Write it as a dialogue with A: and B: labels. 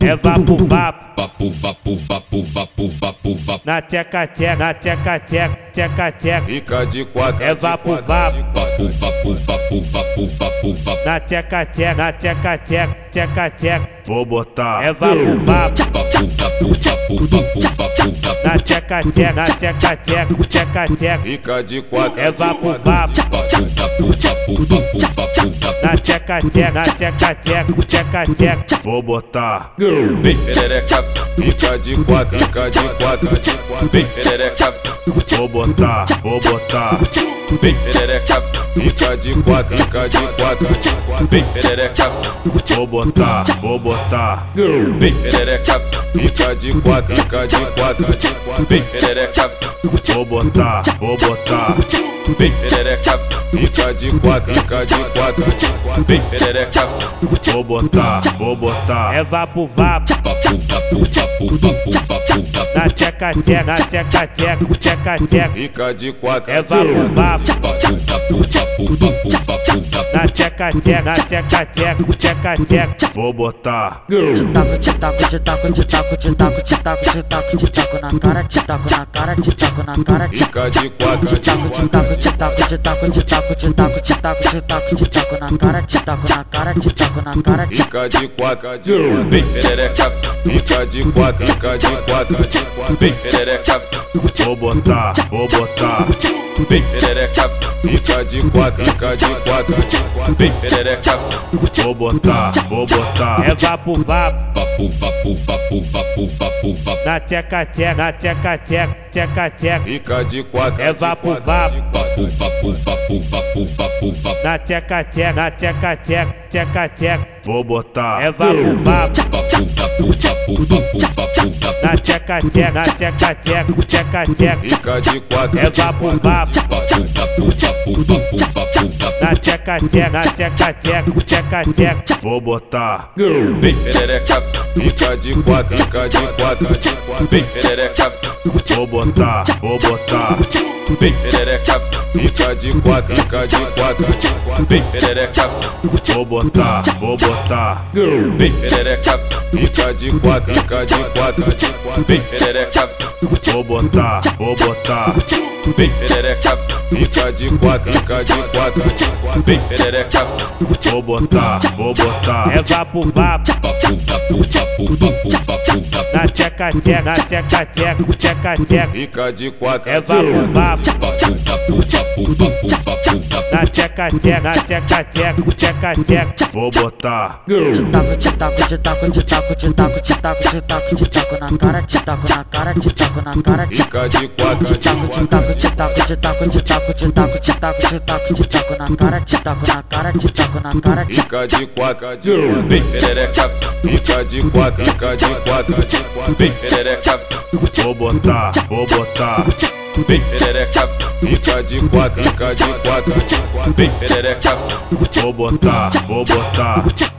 A: é vapo vapo. Vapo vapo vapo vapo vapo vapo.
B: Na tcheca tcheca, na tcheca tcheca, tcheca tcheca.
C: Fica de quatro.
B: É vapo vapo.
A: Vapo vapo vapo vapo vapo vapo.
B: Na tcheca tcheca, na tcheca tcheca, tcheca tcheca.
D: Vou botar.
B: É vapo vapo.
A: Vapo vapo vapo vapo vapo
B: Na
A: vapo.
B: tcheca tcheca, na tcheca tcheca, tcheca tcheca.
C: Fica de quatro.
B: É vapo vapo.
A: Vapo vapo vapo vapo vapo vapo.
B: Na tcheca tcheca, na tcheca tcheca, tcheca tcheca.
D: Vou botar.
C: Perereca. Fica de quatro. Fica de quatro. Fica de quatro. Perereca.
D: Vou botar. Vou botar.
C: Perereca. Fica de quatro. Fica de quatro. Fica de quatro. Perereca.
D: Vou botar. Vou botar.
C: Perereca. Fica de quatro. Fica de quatro. Fica de quatro. Perereca.
D: Vou botar. Vou botar.
C: Perereca. Fica de quatro. Fica de quatro. Fica de quatro. Perereca.
D: Vou botar. Vou botar.
B: É vapo vapo.
A: Vapo vapo vapo vapo vapo vapo.
B: Na tcheca tcheca, na tcheca tcheca, tcheca tcheca.
C: Fica de quatro.
B: É vapo vapo.
A: Vapo vapo vapo vapo vapo vapo.
B: Na tcheca tcheca, na tcheca tcheca, tcheca tcheca.
D: Vou botar.
E: taco, te taco, te taco, te taco, te taco, te taco, te taco, te taco na cara, te taco na cara, te taco na cara, te
C: Fica de quatro.
E: te taco, te taco, te taco, te taco, te taco, te taco, te taco, te taco, te taco na cara, te taco na cara, te taco na cara, te
C: Fica de quatro. Perereca. Fica de quatro. Fica de quatro. Fica de quatro. Perereca.
D: Vou botar. Vou botar.
C: Perereca. Fica de quatro. Fica de quatro. Fica de quatro. Perereca.
D: Vou botar. Vou botar.
B: É vapo vapo.
A: Vapo vapo vapo vapo vapo vapo.
B: Na tcheca tcheca, na tcheca tcheca, tcheca tcheca.
C: Fica de quatro.
B: É vapo vapo.
A: Vapo vapo vapo vapo vapo vapo.
B: Na tcheca tcheca, na tcheca tcheca, tcheca tcheca.
D: Vou botar.
B: É vapo vapo.
A: Vapo vapo vapo vapo vapo vapo.
B: Na tcheca tcheca, na tcheca tcheca, tcheca tcheca.
C: Fica de quatro.
B: É vapo vapo.
A: Vapo vapo vapo vapo vapo vapo.
B: Na tcheca tcheca, na tcheca tcheca, tcheca tcheca.
D: Vou botar.
C: Perereca. Fica de quatro. Fica de quatro. Fica de quatro. Perereca.
D: Vou botar. Vou botar.
C: Perereca. Fica de quatro. Fica de quatro. Fica de quatro. Perereca.
D: Vou botar. Vou botar.
C: Perereca. Fica de quatro. Fica de quatro. Fica de quatro. Perereca.
D: Vou botar. Vou botar.
C: Perereca. Fica de quatro. Fica de quatro. Fica de quatro. Perereca.
D: Vou botar. Vou botar.
B: É vapo vapo.
A: Vapo vapo vapo vapo vapo vapo.
B: Na tcheca tcheca, na tcheca tcheca, tcheca tcheca.
C: Fica de quatro.
B: É vapo vapo.
A: Vapo vapo vapo vapo vapo vapo.
B: Na tcheca tcheca, na tcheca tcheca, tcheca tcheca.
D: Vou botar.
E: te taco, te taco, te taco, te taco, te taco, te taco, te taco, te taco na cara, te taco na cara, te taco na cara, te
C: Fica de quatro.
E: te taco, te taco, te taco, te taco, te taco, te taco, te taco, te taco, te taco na cara, te taco na cara, te taco na cara, te
C: Fica de quatro. Perereca. Fica de quatro. Fica de quatro. Fica de quatro. Perereca.
D: Vou botar. Vou botar.
C: Perereca. Fica de quatro. Fica de quatro. Fica de quatro. Perereca.
D: Vou botar. Vou botar.